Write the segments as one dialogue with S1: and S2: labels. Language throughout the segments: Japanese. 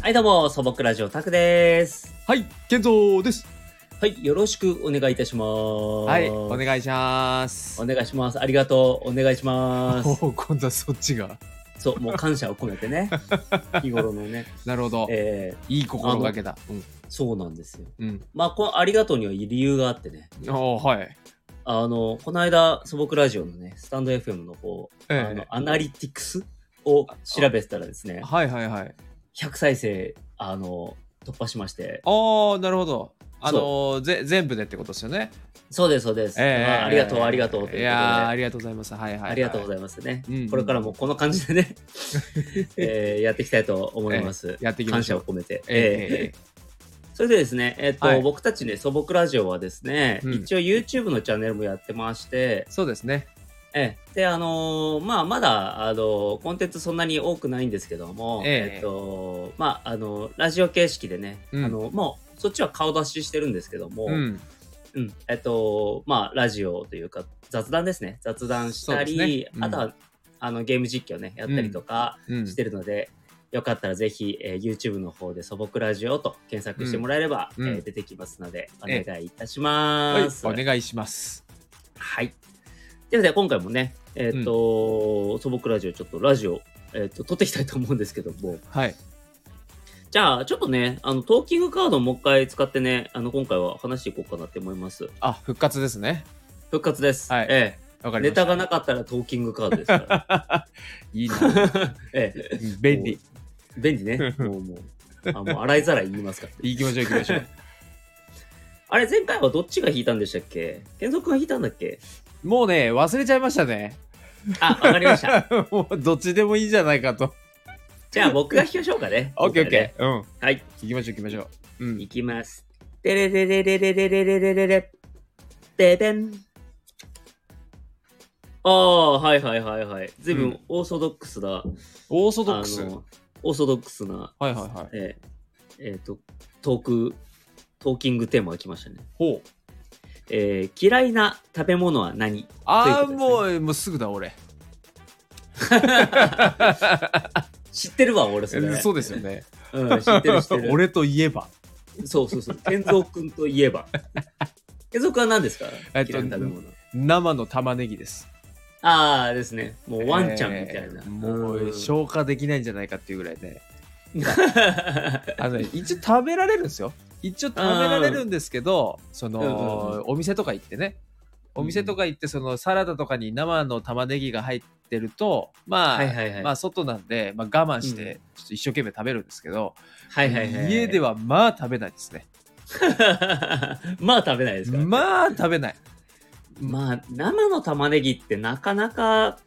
S1: はい、どうも、素朴ラジオタクです。
S2: はい、健三です。
S1: はい、よろしくお願いいたします。
S2: はい、お願いします
S1: お。願いします。ありがとう。お願いしま
S2: お
S1: す。
S2: お、今度はそっちが。
S1: そう、もう感謝を込めて ね。日頃のね。
S2: なるほど。
S1: えー
S2: いい心がけだ。うん。
S1: そうなんですよ。
S2: うん。
S1: まあ、このありがとうには理由があってね。
S2: ああ、はい。
S1: あの、この間、素朴ラジオのね、スタンド FM の方、
S2: え
S1: あの
S2: え
S1: アナリティクスを調べてたらですね、
S2: はいはいはい。
S1: 100再生、あの、突破しまして。
S2: ああ、なるほど。あのーぜ全部でってことですよね。
S1: そうです、そうです。
S2: ええ
S1: まあ、ありがとう、ありがとうということ
S2: い
S1: で。
S2: やーありがとうございます。はいはい、はい。
S1: ありがとうご
S2: い
S1: ざいますね。
S2: うんうん
S1: これからもこの感じで ね、えーやっていきたいと思います。
S2: やっていきま
S1: 感
S2: しょ
S1: 謝を
S2: う。
S1: 込めて。えー
S2: ええ
S1: それでですね、えっと
S2: はい
S1: 僕たちね、素朴ラジオはですね、
S2: うん
S1: 一応 YouTube のチャンネルもやってまして、
S2: そうですね。
S1: えーで、あのーまあ、まだ、あのーコンテンツそんなに多くないんですけども、
S2: ええ
S1: っと、まあ、あのラジオ形式でね、
S2: うん
S1: あのもう、そっちは顔出ししてるんですけども、
S2: うん。
S1: うん、えっと、まあ、ラジオというか、雑談ですね。雑談したり、
S2: そうですねうん
S1: あとは、あの、ゲーム実況ね、やったりとか
S2: うん。
S1: してるので、よかったらぜひ、えー YouTube の方で素朴ラジオと検索してもらえれば、
S2: うんうん
S1: えー出てきますので、お
S2: ええ
S1: 願いいたし
S2: はい
S1: ま、す。
S2: お願いします。
S1: はい。ということで、今回もね、えっと、素朴ラジオ、ちょっとラジオ、えっと、撮っていきたいと思うんですけども、
S2: はい。
S1: じゃあ、ちょっとね、あの、トーキングカードをもう一回使ってね、あの、今回は話していこうかなって思います。
S2: あ、復活ですね。
S1: 復活です。
S2: はい
S1: ええ
S2: わかり
S1: ネ
S2: ました。
S1: タがなかったらトーキングカードですから。
S2: い いな。
S1: ええ、
S2: うん便利。
S1: 便利ね。もうもう。あもう洗いざらい言いますから。
S2: 行きましょう行きましょう。
S1: あれ、前回はどっちが引いたんでしたっけ健三君が引いたんだっけ
S2: もうね、忘れちゃいましたね。
S1: あ、わかりました。
S2: もうどっちでもいいじゃないかと。
S1: じゃあ僕が引きましょうかね。
S2: オッケーオ
S1: 今
S2: ッ
S1: 回ね
S2: ケー。うん。
S1: はい、
S2: 行きましょう行きましょう。うん
S1: い。きます。でれれれれれれれれれれれ。ででん。ああ、はいはいはいはい。随
S2: う
S1: 分
S2: ん
S1: オーソドックスな、
S2: オーソドックス。
S1: あ
S2: は
S1: の、オーソドックスな、
S2: いはいはい。
S1: えええっと、トーク、トーキングテーマが来ましたね。
S2: ほう。
S1: えー嫌いな食べ物は何
S2: ああ、
S1: という
S2: も
S1: こ
S2: う、もうすぐだ、俺。
S1: 知ってるわ、俺それ。
S2: そうですよね。
S1: うん、知ってる、知ってる。
S2: 俺といえば。
S1: そうそうそう。健三君といえ ば。健三君は何ですか
S2: え
S1: 嫌
S2: っ
S1: いな
S2: と
S1: 食べ物。
S2: 生の玉ねぎです。
S1: ああですね。もうワンちゃんみたいな。
S2: えーも
S1: ん
S2: う、消化できないんじゃないかっていうぐらいね。
S1: は
S2: あのね、一応食べられるんですよ。一応食べられるんですけど、そ
S1: うんうん
S2: の、お店とか行ってね。お店とか行って、その、サラダとかに生の玉ねぎが入ってると、まあ、
S1: い はいはい。
S2: まあ外なんで、まあ、我慢し
S1: う
S2: てちょっと一生懸命食べるんですけど、
S1: はいはいはい。
S2: 家で
S1: は。
S2: はまあ食べないですね
S1: まあ食べないですから。
S2: まあ食べない
S1: まあ、生の玉ねぎってなかなか、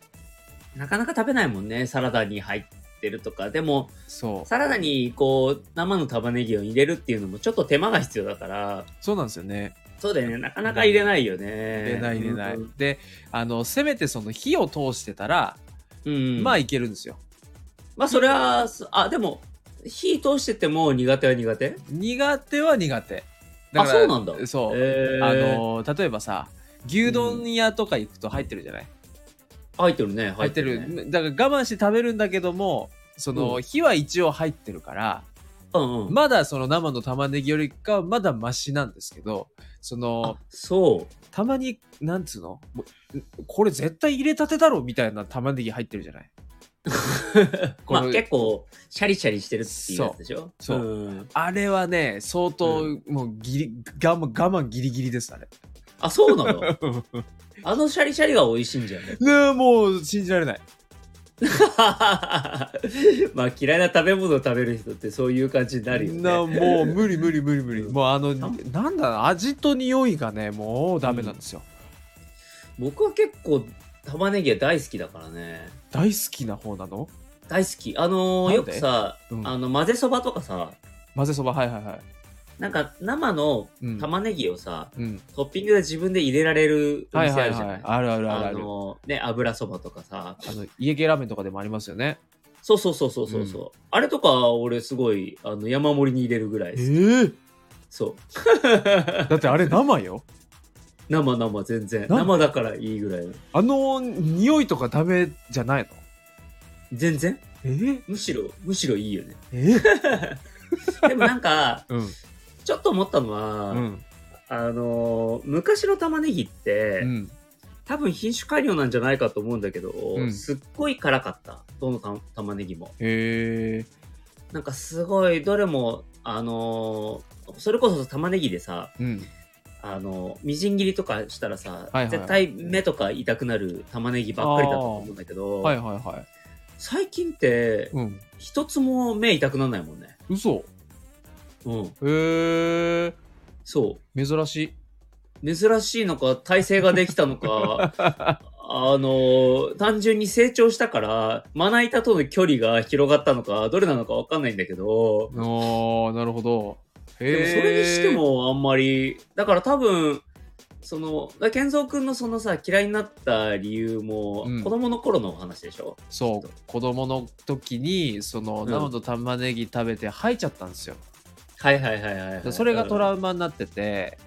S1: なかなか食べないもんね。サラダに入ってるとか。でも、
S2: そう
S1: サラダにこう生の玉ねぎを入れるっていうのもちょっと手間が必要だから
S2: そうなんですよね
S1: そうだよねなかなか入れないよね
S2: 入れない入れない、
S1: うん
S2: であのせめてその火を通してたら、
S1: うん
S2: ま
S1: ま
S2: あ
S1: あ
S2: いけるんですよ
S1: まあそれはそあでも火通してても苦手は苦手
S2: 苦手は苦手
S1: あそうなんだ
S2: そう、
S1: えー
S2: あの例えばさ牛丼屋とか行くと入ってるじゃない、
S1: 入ってるね入
S2: 入
S1: っ
S2: ってて
S1: る
S2: る
S1: ね、
S2: だから我慢して食べるんだけどもその、
S1: うん
S2: 火は一応入ってるから、
S1: うんうん
S2: まだその生の玉ねぎよりかはまだマシなんですけどその
S1: あそう
S2: たまになんつうのもうこれ絶対入れたてだろみたいな玉ねぎ入ってるじゃ ないこ
S1: ま
S2: の
S1: あ結構シャリシャリしてるっていうやつでしょ
S2: そうそ
S1: うん
S2: あれはね相当、
S1: う
S2: もうギリ我慢我慢ギリギリですあれ
S1: あそうな のあのシャリシャリが美味しいんじゃ ない
S2: ねえもう信じられない
S1: まあ嫌いな食べ物を食べる人ってそういう感じになるよね
S2: なもう無理無理無理無理
S1: うん
S2: もうあの
S1: あ
S2: なんだ味と匂いがねもうダメなんですよ、
S1: 僕は結構玉ねぎは大好きだからね
S2: 大好きな方なの
S1: 大好きあのーよ
S2: なんで
S1: くさ、
S2: うん
S1: あの混ぜそばとかさ
S2: 混ぜそばはいはいはい
S1: なんか生の
S2: うん
S1: 玉ねぎをさ、
S2: うん
S1: トッピングで自分で入れられるお
S2: はい
S1: 店
S2: は
S1: あ
S2: い
S1: るじゃない、
S2: はいあるあるあるあ
S1: あ
S2: る
S1: のーね油そばとかさ
S2: あの家系ラーメンとかでもありますよね。
S1: そうそうそうそうそうそう、あれとか俺すごいあの山盛りに入れるぐらい
S2: え
S1: です、そう
S2: だってあれ生よ。
S1: 生生全然
S2: なん
S1: 生だからいいぐらいの
S2: あの匂いとかダメじゃないの
S1: 全然
S2: え
S1: むしろ、むしろいいよね。
S2: え、
S1: でもなんか
S2: うん。
S1: ちょっと思ったのは、
S2: うん。
S1: あのー昔の玉ねぎって、
S2: うん。
S1: 多分品種改良なんじゃないかと思うんだけど、
S2: ん
S1: すっごい辛かった。どのた玉ねぎも。
S2: へえ。
S1: なんかすごい、どれも、あのーそれこそ玉ねぎでさ、
S2: うん。
S1: あのーみじん切りとかしたらさ、
S2: はいはい
S1: 絶対目とか痛くなる玉ねぎばっかりだったと思うんだけど、
S2: はいはいはい。
S1: 最近って、
S2: うん。
S1: 一つも目痛くならないもんね。
S2: 嘘。
S1: うん。
S2: へえ。
S1: そう。
S2: 珍しい。
S1: 珍しいのか体勢ができたの かあの単純に成長したからまな板との距離が広がったのかどれなのかわかんないんだけど
S2: ああ、なるほど。へ
S1: で
S2: え。
S1: もそれにして。もあんまりだから多分そのだ健三君のそのさ嫌いになった理由も、
S2: うん
S1: 子供の頃のお話でしょ
S2: そう、子供の時に、その、
S1: うん
S2: 生の玉ねぎ食べて吐いちゃったんですよ。
S1: はいはいはいはい、はい、
S2: それがト
S1: ウ
S2: ラウマになってて、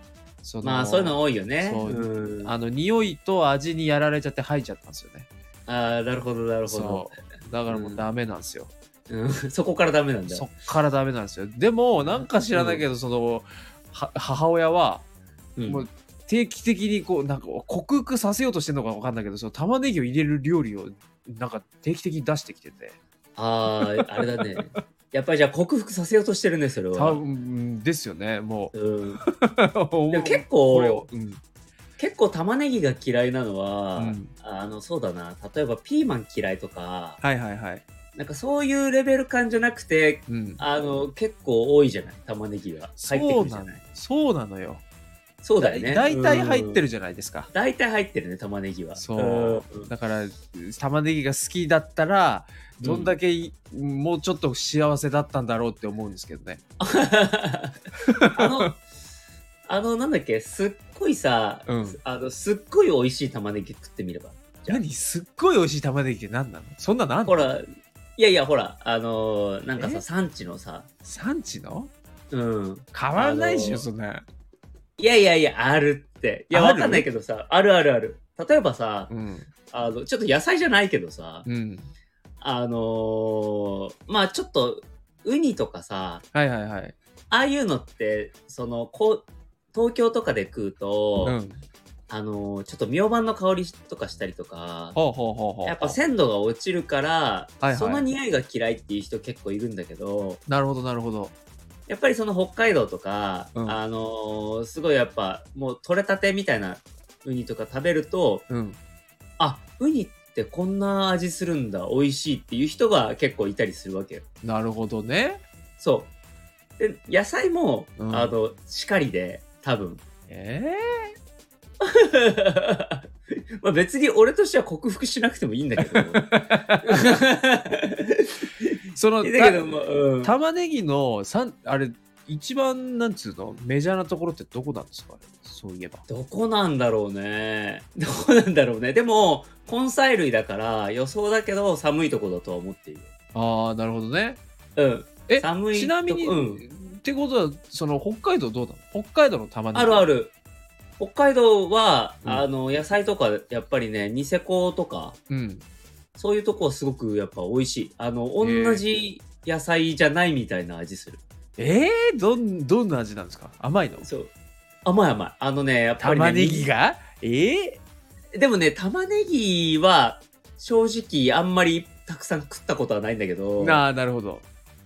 S2: その
S1: まあそういうの多いよね
S2: そう
S1: うん、あ
S2: あの匂いと味にやられちゃって吐いちゃったんですよね。
S1: あーなるほどなるほど
S2: そうだからもうダメなんですよ。
S1: うんそこからダメなんだ
S2: そっからダメなんですよ。でもなんか知らないけど、そのは母親は
S1: うん
S2: もう定期的にこうなんか克服させようとしてるのかわかんないけど、その玉ねぎを入れる料理をなんか定期的に出してきてて、
S1: ああ、あれだね。やっぱりじゃあ克服させようとしてるね、それ
S2: 多
S1: は。
S2: 分ですよね。も
S1: うん、
S2: う
S1: でも結
S2: これを
S1: 構、
S2: うん
S1: 結構玉ねぎが嫌いなのは、
S2: うん
S1: あの、そうだな、例えばピーマン嫌いとか、
S2: はいはいはい。
S1: なんかそういうレベル感じゃなくて、
S2: うん。
S1: あの、結構多いじゃない、玉ねぎが。入ってく
S2: そう
S1: るじ
S2: な
S1: ゃ
S2: の
S1: ない。。
S2: そうなのよ。
S1: そうだよね。
S2: 大体入って
S1: る。
S2: るじゃないですか。
S1: 大体入ってるね、玉ねぎは。
S2: そう
S1: うん
S2: だから玉ねぎが好きだったらどんだけい、もうちょっと幸せだったんだろうって思うんですけどね。
S1: あの、あの、なんだっけ、すっごいさ、
S2: うん
S1: あの、すっごい美味しい玉ねぎ食ってみれば。じゃあ
S2: 何すっごい美味しい玉ねぎって何なのそんなな ん
S1: ほら、いやいや、ほら、あのーなんか
S2: え
S1: さ、産地のさ、
S2: 産地の
S1: うん。
S2: 変わんないでしょ、
S1: あの
S2: そんな。
S1: いやいやいや、あるって。いや、
S2: ある
S1: わかんないけどさ、あるあるある。例えばさ
S2: う、ん。
S1: あの、ちょっと野菜じゃないけどさ、
S2: うん。
S1: あのーまあちょっと、ウニとかさ、
S2: はいはいはい。
S1: ああいうのって、その、こう、東京とかで食うと、
S2: うん。
S1: あのーちょっと明晩の香りとかしたりとか、
S2: ほうほうほうほう。
S1: やっぱ鮮度が落ちるから、
S2: いはい
S1: その匂いが嫌いっていう人結構いるんだけど、
S2: なるほどなるほど。
S1: やっぱりその北海道とか、
S2: うん
S1: あのーすごいやっぱもう取れたてみたいなウニとか食べると
S2: うん。
S1: あウニってこんな味するんだ美味しいっていう人が結構いたりするわけよ
S2: なるほどね。
S1: そうで野菜も、
S2: うん
S1: あのしかりで多分
S2: え
S1: まあ別に俺としては克服しなくてもいいんだけど
S2: ー、その
S1: だけども、うん、
S2: 玉ねぎのさんあれ一番なんつうのメジャーなところってどこなんですかそういえば。
S1: どこなんだろうね。どこなんだろうね。でも、根菜類だから予想だけど寒いとこだとは思っている。
S2: ああなるほどね。
S1: うん。
S2: え
S1: 寒い
S2: ち
S1: とこ
S2: なみに、
S1: うん。
S2: ってことはその北海道どうなの北海道の玉ね
S1: あ
S2: ぎ
S1: るある。北海道は、
S2: うん
S1: あの、野菜とか、やっぱりね、ニセコとか、
S2: うん
S1: そういうとこはすごくやっぱ美味しい。あの、
S2: へー
S1: 同じ野菜じゃないみたいな味する。
S2: えー、どんどんな味なんですか甘いの
S1: そう。甘い甘い。あのね、やっぱり、ね、
S2: 玉ねぎがえー、
S1: でもね、玉ねぎは、正直あんまりたくさん食ったことはないんだけど。
S2: なあなるほど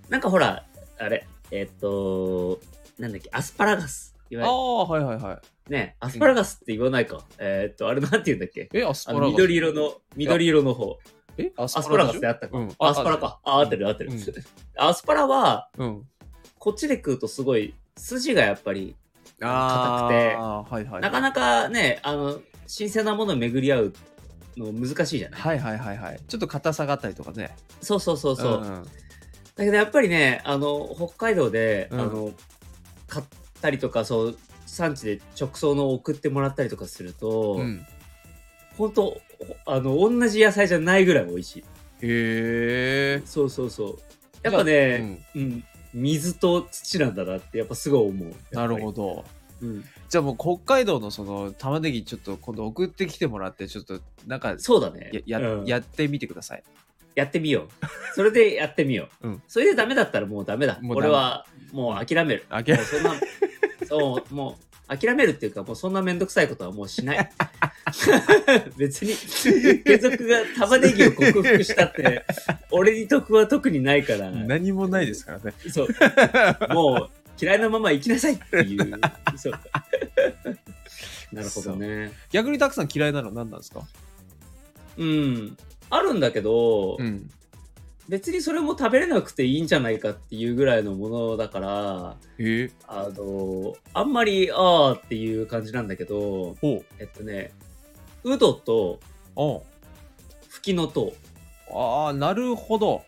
S1: なんかほら、あれ、えっと、なんだっけ、アスパラガス。いわ
S2: あ
S1: ゆ
S2: あはいはいはい
S1: るね、アスパラガスって言わないか。えっと、あれなんて言うんだっけ
S2: えアスパ
S1: あ
S2: ラ
S1: の
S2: ガス
S1: 緑色の、緑色の方。
S2: えアス
S1: アスパラガスで
S2: で
S1: あったか。
S2: うん
S1: アスパラか。あ、合ってる合ってる。
S2: うん
S1: アスパラは、
S2: うん
S1: こっちで食うとすごい、筋がやっぱり、
S2: あーはいはい
S1: なかなかね、あの、新鮮なものを巡り合うの難しいじゃない、
S2: はいはいはいはいちょっと硬さがあったりとかね
S1: そうそうそうそう。
S2: ん
S1: だけどやっぱりね、あの、北海道で、
S2: うん
S1: あの、買ったりとか、そう、産地で直送の送ってもらったりとかすると、
S2: うん、
S1: 本当あの、同じ野菜じゃないぐらい美味しい。
S2: へえ
S1: そうそうそう。やっぱね、
S2: う
S1: うん、水と土なんだなって、やっぱすごい思う。
S2: なる
S1: ど。
S2: ほど
S1: うん、
S2: じゃあもう北海道のその玉ねぎちょっと今度送ってきてもらってちょっとなんか
S1: そうだね。
S2: やや,、
S1: うん
S2: やってみてください
S1: やってみよう。それでやってみよう。
S2: うん
S1: それでダメだったらもうダメだ。
S2: もうダメ
S1: 俺はもう諦める。
S2: あ
S1: も
S2: け
S1: うそ んな、そう、もう諦めるっていうか、もうそんなめんどくさいことはもうし ない。別に、継続が玉ねぎを克服したって、俺に得は特にないから、
S2: 何もないですからね。
S1: そう、もう嫌いなまま生きなさいっていう。 そう。なるほどね。
S2: 逆にたくさん嫌いなのは何なんですか
S1: うん。あるんだけど、
S2: ん。
S1: 別にそれも食べれなくていいんじゃないかっていうぐらいのものだから、
S2: へえ。
S1: あの、あんまり、あーっていう感じなんだけど、
S2: ほ
S1: えっとね、ウドと
S2: う。
S1: フキノト
S2: ああ、ああ、なるほど。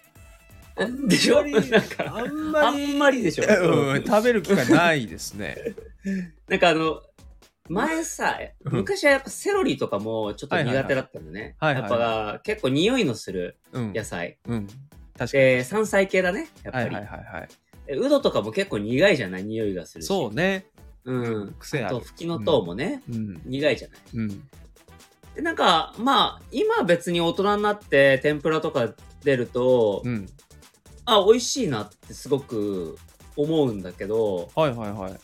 S1: ウ。でしょ
S2: あん
S1: な
S2: ま
S1: ん
S2: り
S1: か、
S2: あん
S1: あ
S2: まり。
S1: んまりでしょ。
S2: うん、食べる機会ないですね。
S1: なんかあの、前さ、
S2: うん
S1: 昔はやっぱセロリとかもちょっと苦手だったのね。
S2: はいはいはいはいはい
S1: やっぱ結構匂いのする
S2: うん。
S1: 野菜。
S2: うん。確かに。
S1: で、山菜系だね、やっぱ
S2: はい
S1: り。
S2: はいはいはい。
S1: でウドとかも結構苦いじゃない匂いがするし。
S2: そうね。
S1: う
S2: うん
S1: ん。。
S2: 癖
S1: あ
S2: あ
S1: と、
S2: る。
S1: フキノトウもね、
S2: うん。
S1: 苦いじゃない。
S2: うん。
S1: で、なんか、まあ、今別に大人になって天ぷらとか出ると、
S2: うん。
S1: あ、美味しいなってすごく思うんだけど、
S2: はいはいはい。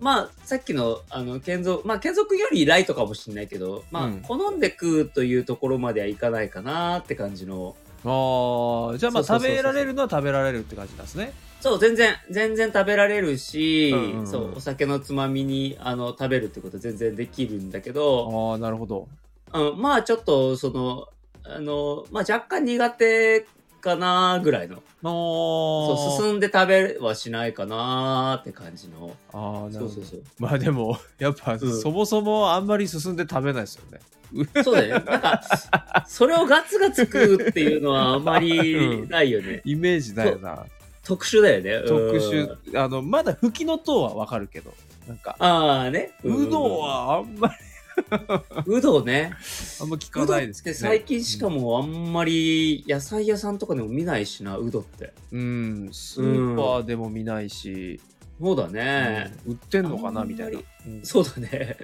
S1: まあ、さっきの、あの、建造、まあ、建造よりライトかもしれないけど、まあ、
S2: うん
S1: 好んで食うというところまではいかないかなって感じの、
S2: ああ、じゃあまあ
S1: そうそうそ
S2: 食
S1: うそう
S2: べられるのは食べられるって感じなんですね。
S1: そう、全然、全然食べられるし、
S2: うんうんうん
S1: そう、お酒のつまみに、あの、食べるってこと全然できるんだけど、
S2: ああ、なるほど。
S1: うん、まあ、ちょっと、その、あの、まあ、若干苦手かなぐらいの、
S2: あ
S1: そう、
S2: ー
S1: 進んで食べはしないかなって感じの、
S2: あー、な
S1: そ
S2: る
S1: う
S2: ほ
S1: そう
S2: ど。
S1: そう。
S2: まあでも、やっぱ、
S1: ん
S2: そもそもあんまり進んで食べないですよね。
S1: そうだよね。なんか、それをガツガツ食うっていうのはあんまりないよね。
S2: イメージだよな。
S1: 特殊だよね。
S2: 特
S1: うん
S2: 殊。あの、まだ吹きの塔はわかるけど、なんか、
S1: ああね。
S2: うどん。はあんまり、
S1: うどんね。
S2: あんま聞
S1: う
S2: か
S1: どん
S2: な
S1: っ
S2: いですけ
S1: て
S2: ど、ね。
S1: 最近しかもあんまり野菜屋さんとかでも見ないしな、うどんって。
S2: うん、スーパーでも見ないし、
S1: そうだね。
S2: うん売ってんのかなみたいな
S1: あんま。
S2: うん
S1: そうだね。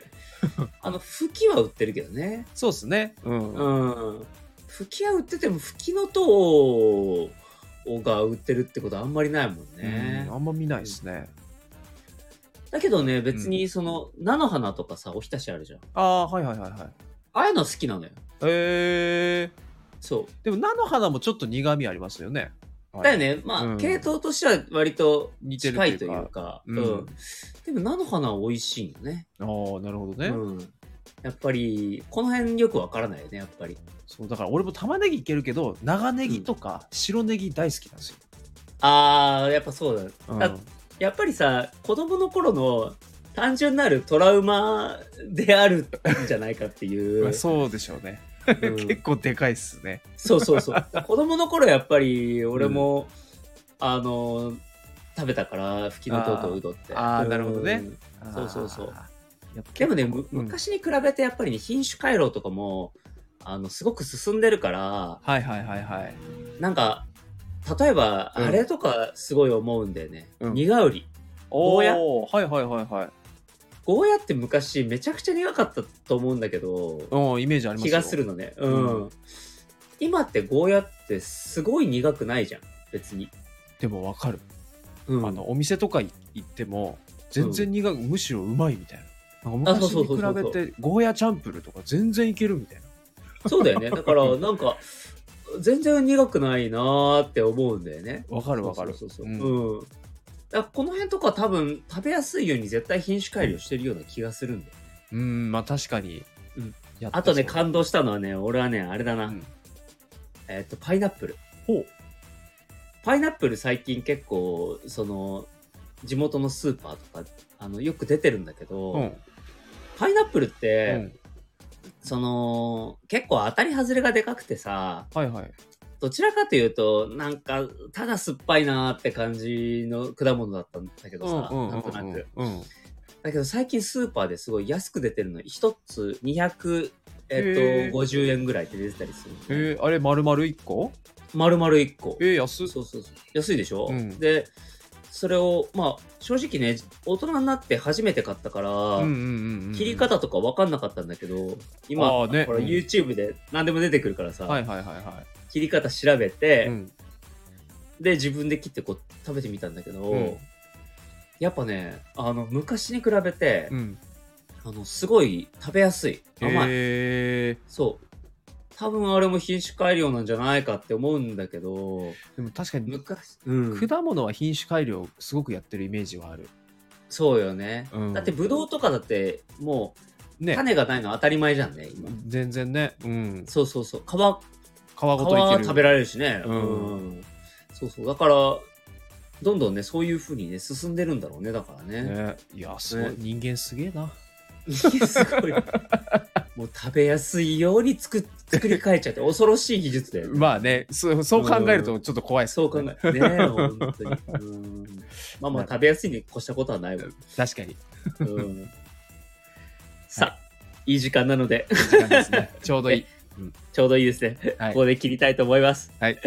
S1: あの、ふきは売ってるけどね。
S2: そうですね。うん。
S1: うん。ふきは売ってても、ふきのとうが売ってるってことはあんまりないもんね
S2: うん。あんま見ないですね。
S1: だけどね、別にその、菜の花とかさ、おひたしあるじゃん。
S2: ああー、はいはいはいはい。
S1: ああいうの好きなのよ。
S2: えー、
S1: そう。
S2: でも菜の花もちょっと苦味ありますよね。
S1: だよね、まあ、
S2: うん
S1: 系統としては割と
S2: 似てる
S1: 近い
S2: って
S1: と
S2: いう
S1: い
S2: か
S1: うか、う
S2: う
S1: んんでも菜の花は美味しいよね。
S2: ああ、なるほどね、
S1: うん、やっぱり、この辺よくわからないよね、やっぱり。
S2: そう。だから俺も玉ねぎいけるけど、長ネギとか白ネギ大好きなんですよ。
S1: あー、やっぱそうだ。
S2: うん
S1: あやっぱりさ、子供の頃の単純なるトラウマであるんじゃないかってい
S2: まあ
S1: う。
S2: そうでしょうね。
S1: うん
S2: 結構でかいっすね。
S1: そうそうそう。子供の頃やっぱり、俺も、あの、食べたから、吹きのとうとううどって。
S2: あーあーなるほどね
S1: うんそうそうそう
S2: あー。やっぱ
S1: でもね、む
S2: うん
S1: 昔に比べてやっぱりね、品種改良とかも、あの、すごく進んでるから、
S2: はいはいはいはい。
S1: なんか、例えば、
S2: うん
S1: あれとかすごい思うんだよね。
S2: うん
S1: ニガウリ。
S2: お
S1: ゴーヤ
S2: おーはいはいはいはい。
S1: ゴーヤって昔めちゃくちゃ苦かったと思うんだけど、
S2: うん、イメージあります
S1: 気
S2: よ
S1: がす。るのね。うん。
S2: う
S1: 今ってゴーヤってすごい苦くないじゃん、別に。
S2: でもわかる。
S1: うん。
S2: あの、お店とかい行っても、全然苦く、むしろうまいみたいな。なんか
S1: あそう
S2: 昔
S1: そ
S2: に
S1: うそうそう
S2: 比べて、ゴーヤチャンプルとか全然いけるみたいな。
S1: そうだよね。だから、なんか、全然苦くないなーって思うんだよね。
S2: わかるわかる。
S1: そうそうそう
S2: う
S1: そう。う
S2: ん
S1: ん。だからこの辺とか多分食べやすいように絶対品種改良してるような気がするんだよ。
S2: うん、まあ確かに
S1: うん。
S2: やって
S1: あとね、
S2: そう
S1: 感動したのはね、俺はね、あれだな。
S2: うん
S1: えっと、パイナップル。
S2: ほう。
S1: パイナップル最近結構、その、地元のスーパーとか、あの、よく出てるんだけど、
S2: うん。
S1: パイナップルっ
S2: う
S1: て、
S2: ん
S1: その、結構当たり外れがでかくてさ、
S2: はいはい。
S1: どちらかというと、なんか、ただ酸っぱいなーって感じの果物だったんだけどさ、なんとなく。
S2: うん。
S1: だけど最近スーパーですごい安く出てるの1つ250
S2: へー
S1: 円ぐらいで出てたりするのね
S2: えー、あれ、丸々1個
S1: 丸々1個
S2: えー、安っ。
S1: そうそうそう安いでしょ、
S2: うん
S1: でそれをまあ正直ね大人になって初めて買ったから、
S2: うんうんうんうん。
S1: 切り方とか分かんなかったんだけど今
S2: あーね
S1: ほら
S2: うん
S1: YouTube で何でも出てくるからさ、
S2: はいはいはいはい。
S1: 切り方調べて、
S2: うん
S1: で自分で切ってこう食べてみたんだけど、
S2: うん
S1: やっぱねあの昔に比べて、
S2: うん
S1: あのすごい食べやすい甘い、
S2: へー
S1: そう多分あれも品種改良なんじゃないかって思うんだけど
S2: でも確かに
S1: 昔、うん、
S2: 果物は品種改良すごくやってるイメージはある
S1: そうよね、
S2: うん
S1: だってブドウとかだってもう
S2: ね
S1: 種がないの当たり前じゃんね今
S2: 全然ねうん
S1: そうそうそう皮皮
S2: 皮ごといける
S1: 食べられるしね
S2: う
S1: うんん、そうそうだからどんどんねそういうふうにね進んでるんだろうねだからね
S2: ねいやすごい
S1: ね
S2: 人間すげえな
S1: すごいもう食べやすいように作っ作り変えちゃって恐ろしい技術だよね、
S2: まあねそうそう考えるとちょっと怖いです
S1: そう考
S2: よ
S1: えね
S2: ね
S1: え本当にうんまあまあ食べやすいに越したことはないわ、
S2: 確かに
S1: うん、さあいい時間なので
S2: 時間ですねちょうどい い
S1: ちょうどいいですね。
S2: はい
S1: ここで切りたいと思います。
S2: はい。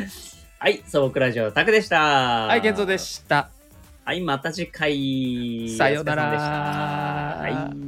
S1: はい、素朴ラジオ、タクでした。は
S2: はい健三で。した
S1: はい、また次回。
S2: さようなら
S1: お疲れ様でしたはい。